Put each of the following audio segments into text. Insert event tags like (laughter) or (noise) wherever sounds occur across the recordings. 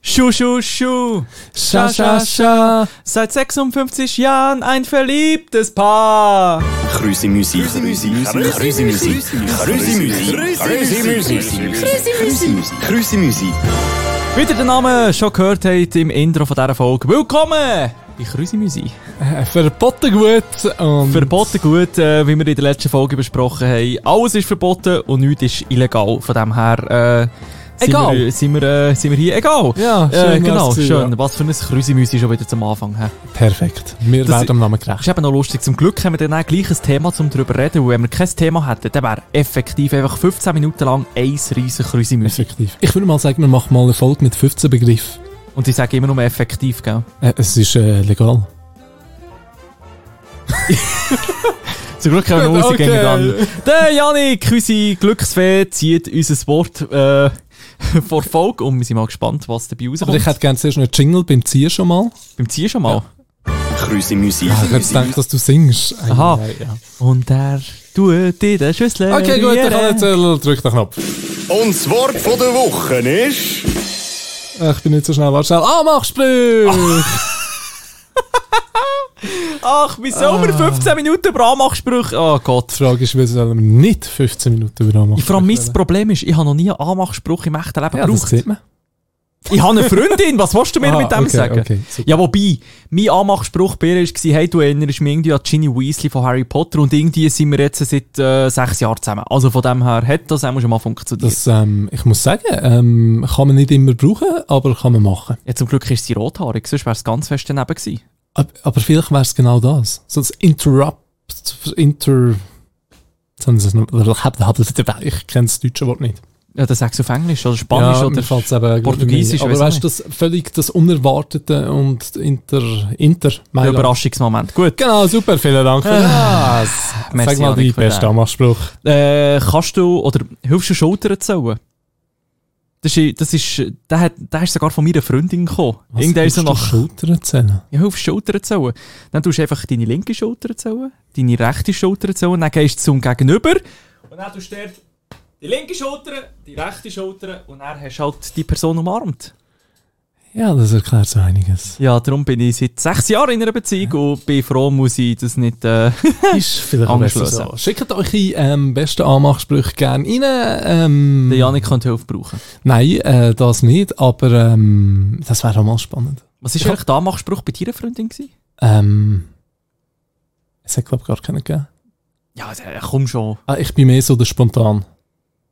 Schuh, Schuh, Schuh. Scha, scha, scha. Seit 56 Jahren ein verliebtes Paar. Krüsimüsi. Krüsimüsi. Krüsimüsi. Krüsimüsi. Krüsimüsi. Krüsimüsi. Wieder den Namen schon gehört habt im Intro von dieser Folge. Willkommen bei Krüsimüsi. Äh, Verboten gut und... Verboten gut, äh, wie wir in der letzten Folge besprochen haben. Alles ist verboten und nichts ist illegal. Von dem her... Äh, sind Egal. Wir, sind, wir, äh, sind wir hier egal. Ja, schön äh, genau, wär's gewesen, schön. ja. Was für ein Krüsimüsi schon wieder zum Anfang. He? Perfekt. Wir Das- werden dem Namen Das gerecht. ist eben noch lustig. Zum Glück haben wir dann auch gleich ein Thema, um darüber zu reden. Weil wenn wir kein Thema hätten, dann wäre effektiv einfach 15 Minuten lang ein riesiger (laughs) Krüsimüsi. Effektiv. Ich würde mal sagen, wir machen mal eine Folge mit 15 Begriffen. Und ich sage immer nur effektiv, gell? Äh, es ist äh, legal. Zum Glück haben wir (laughs) Gut, noch Musik okay. dann. Der Janik, unsere Glücksfee, zieht unser Wort äh, (laughs) vor Folge und wir sind mal gespannt, was dabei Aber rauskommt. ich hätte gerne zuerst einen Jingle beim Ziehen schon mal. Beim Ziehen schon mal. Krüsimüsi. Ich hätte jetzt gedacht, dass du singst. Ei, Aha. ei, ja. Und er tut in den Schüssel. Okay, gut, ich kann jetzt äh, drück den Knopf. Und das Wort von der Woche ist... Äh, Ich bin nicht so schnell, warte schnell. Ah, mach Sprüche! Ach, wieso Ah. wir 15 Minuten pro Anmachspruch? Oh Gott. Die Frage ist, wieso sollen wir nicht 15 Minuten über machen? Vor allem mein Problem ist, ich habe noch nie einen Anmachspruch im echten Leben Ja, das gebraucht. sieht man. Ich habe eine Freundin, was willst du mir Aha, mit dem Ah, okay, sagen? okay, super. ja, wobei, mein Anmachspruch bei ihr war, hey, du erinnerst mich irgendwie an Ginny Weasley von Harry Potter und irgendwie sind wir jetzt seit äh, sechs Jahren zusammen. Also von dem her hat das auch schon mal funktioniert. Das, ähm, ich muss sagen, ähm, kann man nicht immer brauchen, aber kann man machen. ja, zum Glück ist sie rothaarig, sonst wäre es ganz fest daneben gewesen. Aber, aber vielleicht wäre es genau das. So das Interrupt, Inter... Jetzt haben sie es noch- (laughs) Ich kenne das deutsche Wort nicht. Ja, das sagst du auf Englisch oder Spanisch ja, oder... mir fällt's eben Portugiesisch, Aber weiss weißt auch du, das völlig das Unerwartete und Inter... Inter... Der Mailand. Überraschungsmoment. Gut. Ah, Genau, super, vielen Dank für das. Merci, Sag mal Janik, deinen für besten den. Anmachspruch. Äh, kannst du, oder hilfst du Schultern zählen? Das ist, das ist, der, hat, der ist sogar von meiner Freundin gekommen. Was Irgendeiner ist so willst du nach Schulter erzählen? Ja, auf Schulter zählen. Dann tust du einfach deine linke Schulter zählen, deine rechte Schulter zählen, dann gehst du zum Gegenüber und dann tust du dort die linke Schulter, die rechte Schulter und dann hast du halt die Person umarmt. Ja, das erklärt so einiges. Ja, darum bin ich seit sechs Jahren in einer Beziehung und bin froh, muss ich das nicht... (laughs) Äh, Ist vielleicht auch Angeschlossen. besser so. Schickt eure ähm, besten Anmachsprüche gerne rein. Ähm, der Janik könnte Hilfe brauchen. Nein, äh, das nicht, aber ähm, das wäre auch mal spannend. Was war eigentlich der Anmachspruch bei deiner Freundin? Gewesen? Ähm, es hat, glaube ich, gar keinen gegeben. Ja, äh, komm schon. Ah, ich bin mehr so der Spontan.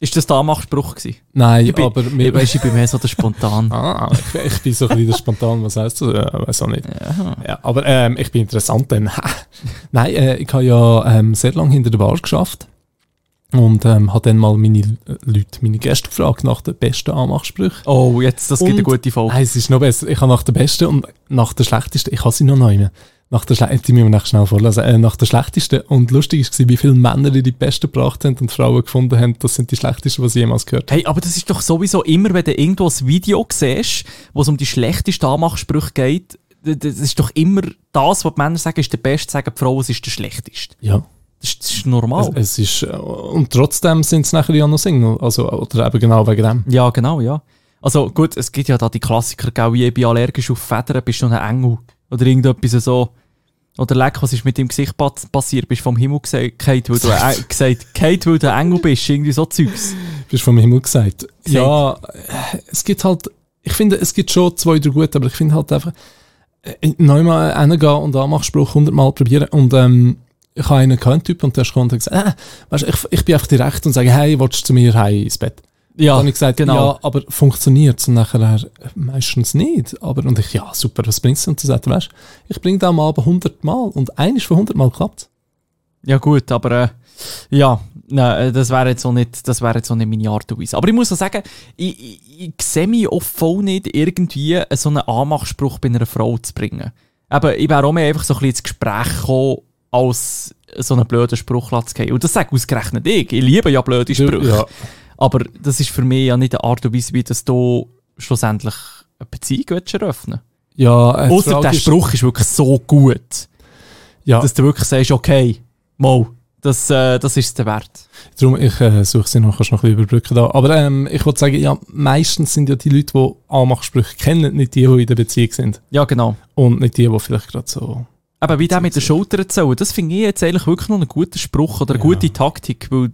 Ist das der Anmachspruch gewesen? Nein, Ich bin- aber... Ich weiss, ich bin mehr so der Spontan. ah, ich, ich bin so ein bisschen der Spontan, was heißt das? Ja, weiß auch nicht. Ja. Ja, aber ähm, ich bin interessant (laughs) dann. Nein, äh, ich habe ja ähm, sehr lange hinter der Bar geschafft und ähm, habe dann mal meine L- Leute, meine Gäste gefragt nach den besten Anmachsprüchen. (laughs) Oh, jetzt, das gibt eine Und- gute Folge. Nein, es ist noch besser. Ich habe nach der besten und nach der schlechtesten, ich habe sie noch neun. Nach der schlechtesten, die müssen wir nachher schnell vorlesen, äh, nach der schlechtesten. Und lustig war, wie viele Männer die die besten gebracht haben und Frauen gefunden haben, das sind die schlechtesten, die sie jemals gehört haben. Hey, aber das ist doch sowieso immer, wenn du irgendwo ein Video siehst, wo es um die schlechtesten Anmachsprüche geht, d- d- das ist doch immer das, was die Männer sagen, ist der Beste, sagen die Frauen, es ist der Schlechteste. Ja. Das ist, das ist normal. Es, es ist, äh, und trotzdem sind es nachher ja noch Single. Also, oder eben genau wegen dem. ja, genau, ja. Also gut, es gibt ja da die Klassiker, gell, wie ich bin allergisch auf Federn, bist du ein Engel. Oder irgendetwas so. Oder leck, was ist mit deinem Gesicht pas- passiert? Bist du vom Himmel gese- gefallen, weil du (laughs) ein, Eng- gesagt, gefallen, weil du ein Engel bist? Irgendwie so Zeugs. bist vom Himmel gesagt. Ja, äh, es gibt halt, ich finde, es gibt schon zwei, drei gute, aber ich finde halt einfach, äh, neunmal reingehen und Anmachspruch hundertmal probieren und ähm, ich habe einen keinen Typ und der ist gekommen und hat gesagt, äh, weißt, ich, ich bin einfach direkt und sage, hey, willst du zu mir heim ins Bett? Ja, dann habe ich gesagt, genau. ja, aber funktioniert es? Und nachher äh, meistens nicht. Aber, und ich, ja, super, was bringst du? Und dann sagt er, weißt, ich bringe da am Abend 100 Mal und eines von 100 Mal klappt Ja gut, aber äh, ja, nein, äh, das wäre jetzt, so nicht- das wäre jetzt so nicht meine Art und Weise. Aber ich muss auch sagen, ich, ich, ich sehe mich oft voll nicht irgendwie äh, so einen Anmachspruch bei einer Frau zu bringen. Aber ich wäre auch mehr einfach so ein bisschen ins Gespräch gekommen, als so einen blöden Spruch zu geben. Und das sage ausgerechnet ich. Ich liebe ja blöde Sprüche. Ja. Aber das ist für mich ja nicht eine Art und Weise, wie das du schlussendlich eine Beziehung willst eröffnen Ja, äh, die willst. Außer Frage der ist- Spruch ist wirklich so gut, ja, dass du wirklich sagst, okay, mal, Das, äh, das ist es wert. Darum, ich äh, suche sie noch, kannst noch ein bisschen überbrücken da. Aber ähm, ich wollte sagen, ja, meistens sind ja die Leute, die Anmachsprüche kennen, nicht die, die in der Beziehung sind. Ja, genau. Und nicht die, die vielleicht gerade so... Aber wie der mit den Schultern zählen, das finde ich jetzt eigentlich wirklich noch einen guten Spruch oder eine Ja. gute Taktik, weil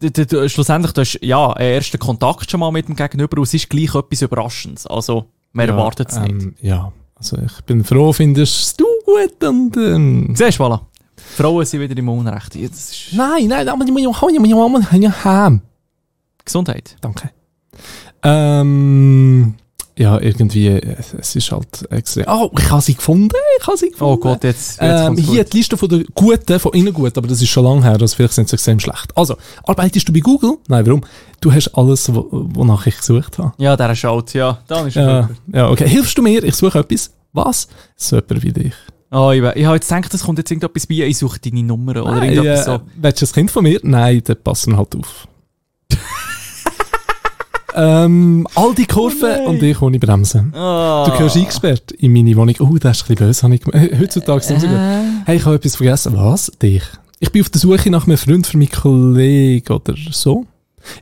du, du, du, schlussendlich du hast ja einen ersten Kontakt schon mal mit dem Gegenüber und es ist gleich etwas Überraschendes. Also, man Ja, erwartet es nicht. ähm, Ja, also ich bin froh, findest du gut und... Ähm, Siehst du, voilà. Frauen sind wieder im Unrecht. Ja, Das ist nein, nein, aber die muss haben. Gesundheit. Danke. Ähm, ja, irgendwie, äh, es ist halt extrem... Oh, ich habe sie gefunden, ich habe sie gefunden. Oh Gott, jetzt, jetzt Ähm, kommt's hier gut. die Liste von der Guten, von innen gut, aber das ist schon lange her, also vielleicht sind sie extrem schlecht. Also, arbeitest du bei Google? Nein, warum? Du hast alles, wo- wonach ich gesucht habe. Ja, der ist alt, ja. Dann ist er Ja, super. ja, okay. Hilfst du mir? Ich suche etwas. Was? So jemand wie dich. Oh, ich, we- ich habe jetzt gedacht, es kommt jetzt irgendetwas bei, ich suche deine Nummer oder Nein, irgendetwas äh, so. Willst du ein Kind von mir? Nein, dann passen wir halt auf. (laughs) ähm, all die Kurven und ich ohne Bremsen. Oh Ah. Du gehörst eingesperrt in meine Wohnung. Oh, das ist ein bisschen böse. habe ich gem- (laughs) Heutzutage sind sie Äh. gut. Hey, ich habe etwas vergessen. Was? Dich? Ich bin auf der Suche nach einem Freund für meinen Kollegen oder so.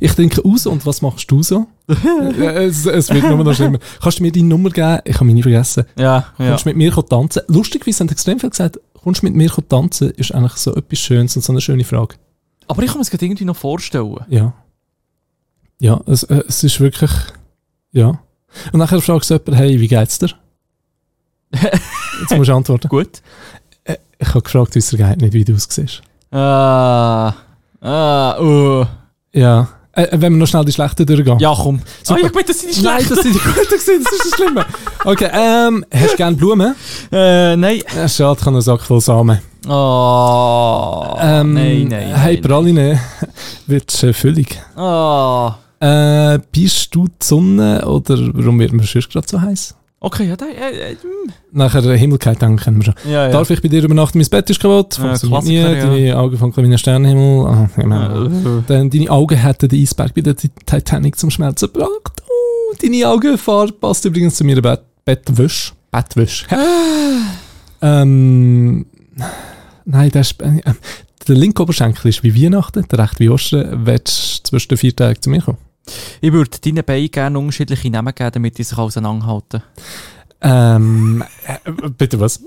Ich denke aus und was machst du so? Äh, es, es wird nur noch schlimmer. Kannst du mir deine Nummer geben? Ich habe meine vergessen. Ja, ja. Kommst du mit mir tanzen? Lustigerweise haben extrem viel gesagt, kommst du mit mir tanzen? Ist eigentlich so etwas Schönes und so eine schöne Frage. Aber ich kann mir das gerade irgendwie noch vorstellen. Ja. Ja, es, äh, es ist wirklich. Ja. Und nachher fragst du jemanden, hey, wie geht's dir? Jetzt musst du antworten. Gut. Ich habe gefragt, wie es dir geht, nicht wie du aussiehst. Ah, ah, uh. Ja. Äh, wenn wir noch schnell die Schlechten durchgehen. (laughs) Ja, komm. Super. Ah, ich meine, das sind die Nein, schlecht. das sind die Guten gewesen, das ist das Schlimme. Okay, ähm, hast du gerne Blumen? Äh, nein. Äh, schade, ich habe einen Sack voll Samen. Oh, Ähm, nein, nein. Hey, nein, Praline, wird äh, füllig. nein. Oh. Äh, bist du die Sonne oder warum wird mir sonst gerade so heiß? Okay, ja, da, äh, äh, hm. Nachher äh, Himmelkeit denken kennen wir schon. ja, ja. Darf ich bei dir übernachten? Mein Bett ist kaputt. Ja, Funktioniert nie. Klassiker, ja. Deine Augen fangen wie ein Sternenhimmel. Ah, ich meine, Äh, Dann deine Augen hätten den Eisberg bei der Ti- Titanic zum Schmelzen gebracht. Uh, deine Augenfarbe passt übrigens zu meiner Bett Bettwäsche. Bettwäsche. Ah. ähm, nein, das ist, äh, der linke Oberschenkel ist wie Weihnachten, der rechte wie Ostern. Willst du zwischen den vier Tagen zu mir kommen? ich würde deinen Beinen gerne unterschiedliche Namen geben, damit die sich auseinanderhalten. Ähm, äh, bitte was?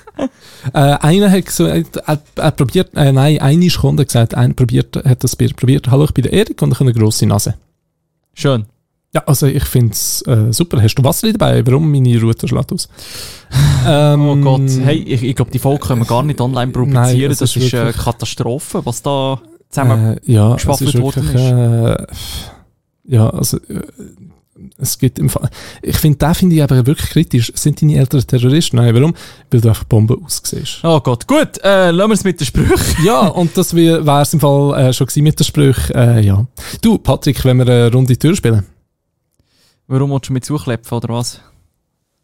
(laughs) äh, einer hat gesagt, er, er probiert, äh, nein, eine ist gekommen und hat gesagt, einer probiert, hat das Bier probiert. Hallo, ich bin der Erik und ich habe eine grosse Nase. Schön. Ja, also ich finde es äh, super. Hast du Wasser dabei? Warum meine Router (laughs) schlägt aus? Ähm, Oh Gott, hey, ich, ich glaube, die Folge können wir gar nicht online publizieren. Nein, das, das ist ist eine wirklich- Katastrophe, was da zusammen. äh, ja, es geschaffelt ist wirklich, äh, ja, also äh, es gibt im Fall, ich finde, da finde ich aber wirklich kritisch. Sind deine Eltern Terroristen? Nein, warum? Weil du einfach Bombe aussiehst. Oh Gott, gut, äh, lassen wir es mit den Sprüchen. Ja, und das wäre es im Fall äh, schon gewesen mit den Sprüchen. Äh, ja. Du, Patrick, wenn wir eine Runde Tür spielen. Warum willst du mich zuklepfen oder was?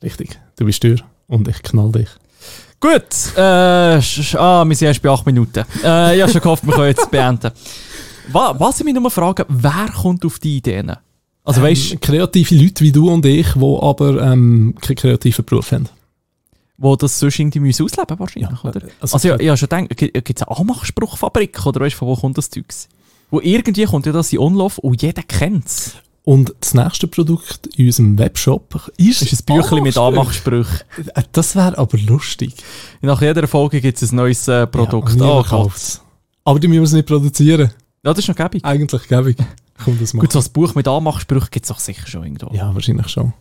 Richtig, du bist Tür und ich knall dich. Gut, äh, sch- sch- ah, wir sind erst bei 8 Minuten. Äh, ich habe schon gehofft, wir können jetzt beenden. Wa was ich mich nur frage, wer kommt auf die Ideen? Also weißt du, Ähm, kreative Leute wie du und ich, die aber ähm, keinen kreativen Beruf haben. wo das sonst irgendwie müssen ausleben wahrscheinlich, Ja, oder? äh, Also, also- ich, ich habe schon gedacht, gibt es eine Anmachspruchfabrik oder weißt du, von wo kommt das Zeugs? Wo irgendwie kommt ja das in Unlauf und jeder kennt es. Und das nächste Produkt in unserem Webshop ist, ist ein Büchlein mit Anmachsprüche. Anmachsprüchen. Äh, Das wäre aber lustig. Nach jeder Folge gibt es ein neues äh, Produkt. Ja, oh niemand Gott. kauft's. Aber die müssen wir es nicht produzieren. Ja, das ist noch gäbig. Eigentlich gäbig. Komm, das mal. Gut, so ein Buch mit Anmachsprüchen gibt es doch sicher schon irgendwo. Ja, wahrscheinlich schon.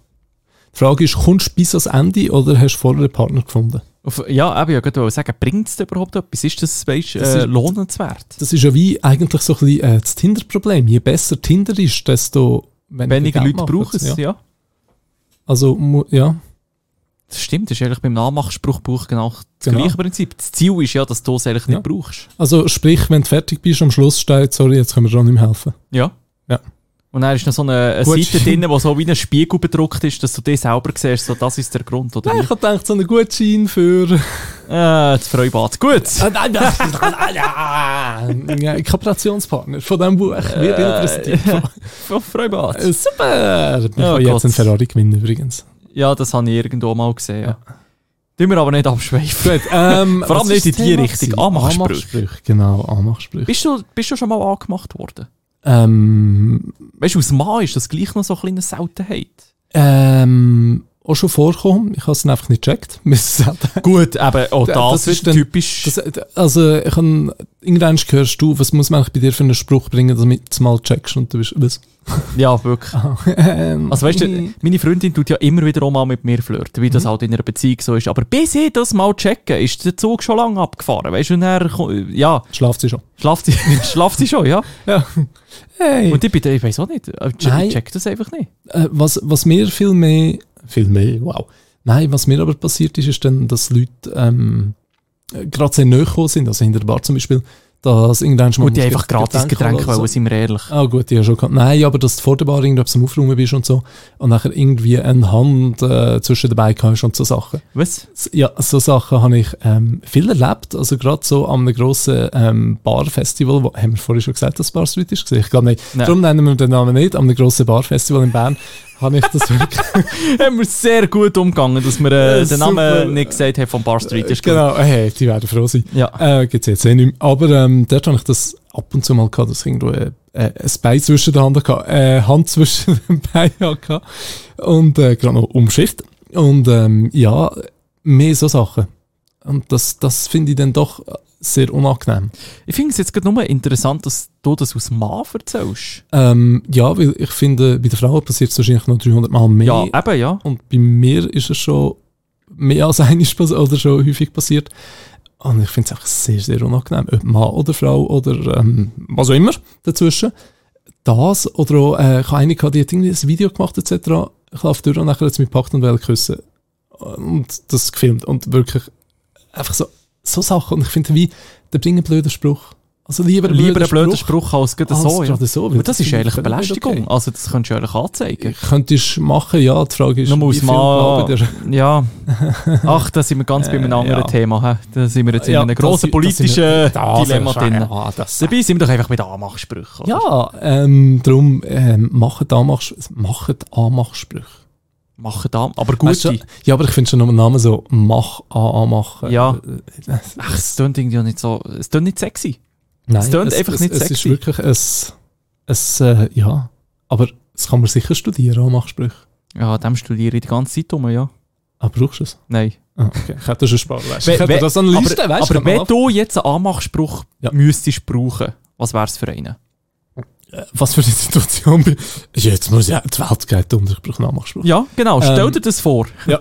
Die Frage ist, kommst du bis ans Ende oder hast du vorher einen Partner gefunden? Auf, ja, eben, ich wollte gerade sagen, bringt es überhaupt etwas? Ist das, weißt, Das äh, ist- lohnenswert? Das ist ja wie eigentlich so ein bisschen äh, das Tinder-Problem. Je besser Tinder ist, desto Weniger Leute Geld machen brauchen es, Ja. ja. Also, mu- ja. Das stimmt, das ist eigentlich beim Nachmachspruchbuch genau das Genau. gleiche Prinzip. Das Ziel ist ja, dass du es eigentlich Ja. nicht brauchst. Also, sprich, wenn du fertig bist, am Schluss steht, sorry, jetzt können wir schon nicht mehr helfen. Ja. Ja. Und dann ist noch so eine, eine Gut, (laughs) Seite drin, die so wie ein Spiegel bedruckt ist, dass du die selber siehst, so, das ist der Grund, oder Nein, wie? ich habe gedacht, so einen Gutschein für. (laughs) Äh, das Freibad. Gut. Ah, nein, nein, nein. Ein Kooperationspartner von diesem Buch. Wir äh, präsentiert. von- Vom (laughs) Freibad. Äh, super! Ich Oh habe jetzt Gott. einen Ferrari gewinnen übrigens. Ja, das habe ich irgendwo mal gesehen. Ja. Tun wir aber nicht abschweifen. Gut, ähm, Vor allem was nicht ist in das die Thema Richtung. gewesen? Anmachsprüche. Anmachsprüche, genau, Anmachsprüche. Bist du, bist du schon mal angemacht worden? Ähm, Weißt du, als Mann ist das gleich noch so ein kleine Seltenheit. ähm, auch schon vorgekommen, ich habe es einfach nicht gecheckt. (laughs) Wir sollten- (laughs) Gut, aber auch Das das, ist ist dann- typisch. Das, also, ich habe, irgendwann hörst du, was muss man eigentlich bei dir für einen Spruch bringen, damit du es mal checkst und du bist, was? ja, wirklich. (laughs) Ähm, Also weißt mm, du, meine Freundin tut ja immer wieder auch mal mit mir flirten, wie das halt in einer Beziehung so ist. Aber bis ich das mal checke, ist der Zug schon lange abgefahren. Weißt du, und er, ja, Schlaft sie schon. schlaft sie, (laughs) schlaft sie schon, äh, ja. Ja. Hey. Und ich bin, ich weiß auch nicht, ich check, Nein. ich check das einfach nicht. Äh, was, was mir viel mehr, viel mehr, wow. Nein, was mir aber passiert ist, ist dann, dass Leute ähm, äh, gerade sehr nahe gekommen sind, also hinter der Bar zum Beispiel, dass irgendwann schon Gut, die muss einfach gratis Getränke holen wollen, oder sind wir ehrlich. so. Ah gut, ja schon. gehabt. Nein, aber dass du vor der Bar irgendwas am Aufräumen bist und so und nachher irgendwie eine Hand äh, zwischen dabei hast und so Sachen. Was? S- Ja, so Sachen habe ich ähm, viel erlebt, also gerade so an einem grossen ähm, Barfestival, wo, haben wir vorhin schon gesagt, dass Bar Street ist? Ich glaube nicht. Nein. Darum nennen wir den Namen nicht. An einem grossen Barfestival in Bern habe ich das wirklich (laughs) Haben wir sehr gut umgegangen, dass wir äh, (laughs) Äh, den super. Namen nicht gesagt haben von Bar Street. Ist gut. Genau, hey, die werden froh sein. Ja. Äh, gibt's jetzt eh nicht mehr. Aber ähm, dort habe ich das ab und zu mal gehabt, dass ich irgendwo äh, äh, ein Bein zwischen den Hand hatte, äh, Hand zwischen (laughs) den Beinen hatte. Und äh, gerade noch umschifft. Und ähm, ja, mehr so Sachen. Und das, das finde ich dann doch sehr unangenehm. Ich finde es jetzt gerade nur interessant, dass du das aus Mann erzählst. Ähm, ja, weil ich finde, bei der Frau passiert es wahrscheinlich noch 300 Mal mehr. Ja, eben, ja. Und bei mir ist es schon mehr als (laughs) einmal pass- oder schon häufig passiert. Und ich finde es einfach sehr, sehr unangenehm. Ob Mann oder Frau oder ähm, was auch immer dazwischen. Das oder auch, äh, ich habe eine gehabt, die hat irgendwie ein Video gemacht etc. Ich laufe durch und nachher hat sie mich gepackt und will küssen. Und das gefilmt. Und wirklich einfach so, so Sachen. Und ich finde, wie, der bringt einen blöden Spruch. Also lieber einen Lieber blöden einen blöden Spruch. Spruch als gerade als so. Ja. gerade so, weil Aber das ist finde eigentlich ich völlig Belästigung. okay. Also das könntest du eigentlich anzeigen. Könntest du machen, ja. Die Frage ist, Nur aus glauben dir- Mann. (laughs) Ja. Ach, da sind wir ganz bei einem anderen Äh, ja. Thema. hä? Da sind wir jetzt in Ja, einem das- grossen das sind politischen wir- das ist Dilemma wahrscheinlich- drin. Ah, das- Dabei sind wir doch einfach mit Anmachsprüchen. oder? Ja, ähm, darum ähm, macht Anmachs macht Anmachsprüche. Machen da, aber Weißt du, gute. ja, aber ich finde schon einen Namen so mach an anmachen. Ja. Äh, äh, Ach, es tönt irgendwie auch nicht so. Es tönt nicht sexy. Nein, Es tönt einfach es, nicht es, es ist sexy. wirklich ein, ein äh, ja, aber es kann man sicher studieren Anmachsprüche. Ja, dem studiere ich die ganze Zeit um, ja. Ah, brauchst du es? Nein. Ah, okay. Ich hätte schon Spaß. Weißt. du. We- Ich hätte we- das an aber- Liste, weißt Aber wenn du jetzt einen Anmachspruch Ja. müsstest brauchen, was wär's für einen? was für eine Situation bin Jetzt muss ja die Welt geht unter, ich brauche einen Anmachspruch. Ja, genau. Stell Ähm, dir das vor. Ja,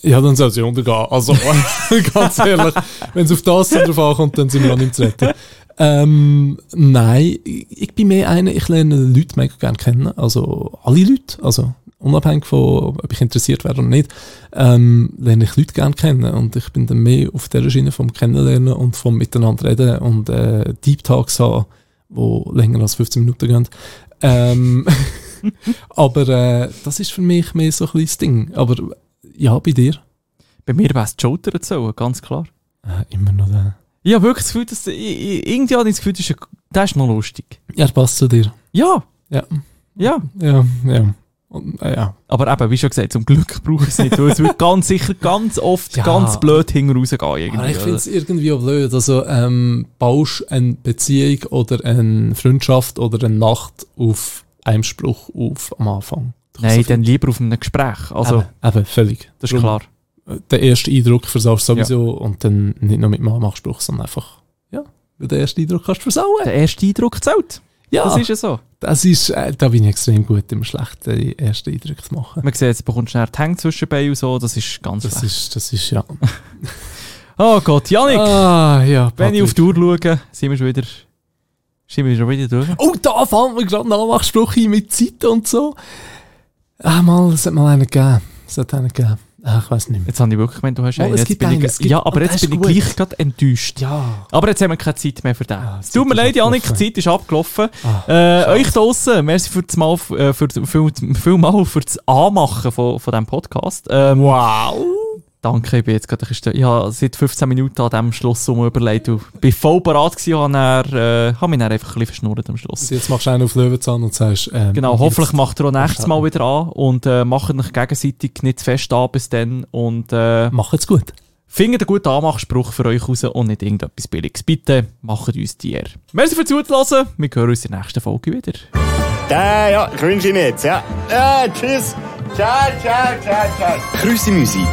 ja dann soll sie untergehen. Also, (laughs) ganz ehrlich, wenn es auf das so drauf ankommt, dann sind wir auch nicht zu retten. Ähm, nein, ich ich bin mehr einer, ich lerne Leute mega gerne kennen. Also, alle Leute. Also, unabhängig von, ob ich interessiert werde oder nicht, ähm, lerne ich Leute gerne kennen. Und ich bin dann mehr auf der Schiene vom Kennenlernen und vom Miteinander reden und äh, Deep Talks haben, wo länger als 15 Minuten gehen. Ähm, (laughs) aber äh, das ist für mich mehr so ein kleines Ding. Aber ja, bei dir. Bei mir wär's die Schulter erzählen, ganz klar. Äh, immer noch der. Ich habe wirklich das Gefühl, dass ich, ich, irgendwie habe ich das Gefühl, das ist, ein- das ist noch lustig. Er passt zu dir. Ja, Ja, ja. ja, ja. Und, äh, ja. Aber eben, wie schon gesagt, zum Glück brauche ich es nicht, weil es wird ganz sicher ganz oft Ja. ganz blöd hinten rausgehen. Aber Irgendwie. ich finde es irgendwie auch blöd. Also, ähm, baust eine Beziehung oder eine Freundschaft oder eine Nacht auf einem Spruch auf am Anfang. Du Nein, kannst dann lieber auf einem Gespräch. auf- Also, eben, eben, völlig. das ist klar. Der erste Eindruck versauchst du sowieso und dann nicht nur mit einem Anmachspruch, sondern einfach, ja, weil den ersten Eindruck kannst du versauen. Der erste Eindruck zählt. Ja, Das ist ja so. das ist äh, da bin ich extrem gut im schlechten ersten Eindruck zu machen. Man sieht, jetzt bekommst du schnell die Hänge zwischen bei und so. Das ist ganz Das schlecht. ist, das (laughs) ist ja. Oh Gott, Janik, Ah, ja, wenn ich auf Patrick. die Uhr schaue, sind wir schon wieder, sind wir schon wieder durch. Oh, da fällt mir gerade ein Anmachspruch ein mit Zeit und so. Ah, mal, es hat mal einen gegeben. Es hat einen gegeben. Ah, ich weiß nicht mehr. Jetzt habe ich wirklich gemeint, du hast Mal, einen. es Jetzt gibt bin einen, ich, es gibt- ja, aber und jetzt der bin ich ist gleich gerade enttäuscht. Ja. Aber jetzt haben wir keine Zeit mehr für den. Ah, es tut mir die Zeit leid, ist Janik, die abgelaufen. Zeit ist abgelaufen. Ah, äh, dus euch da draussen, merci für das Mal, äh, für, für, viel mal für das Anmachen von, von diesem Podcast. Ähm, wow! Danke, ich bin jetzt gerade ein bisschen... stö- Ich habe seit 15 Minuten an diesem Schluss um überlegt und bin voll bereit gewesen, habe, dann, äh, habe mich dann einfach ein bisschen verschnurrt am Schluss. Und jetzt machst du einen auf Löwenzahn und sagst, ähm, Genau, jetzt- halt hoffentlich macht er auch nächstes Ja. Mal wieder an und äh, macht euch gegenseitig nicht zu fest an bis dann und äh, Mach es gut. Findet einen guten Anmachspruch für euch raus und nicht irgendetwas Billiges. Bitte macht uns die Ehre. Merci fürs Zuhören. Wir hören uns in der nächsten Folge wieder. Da, Äh, ja, Äh, ich wünsche Ihnen jetzt, ja. Ja, tschüss. Ciao, ciao, ciao, ciao. Grüße Musik.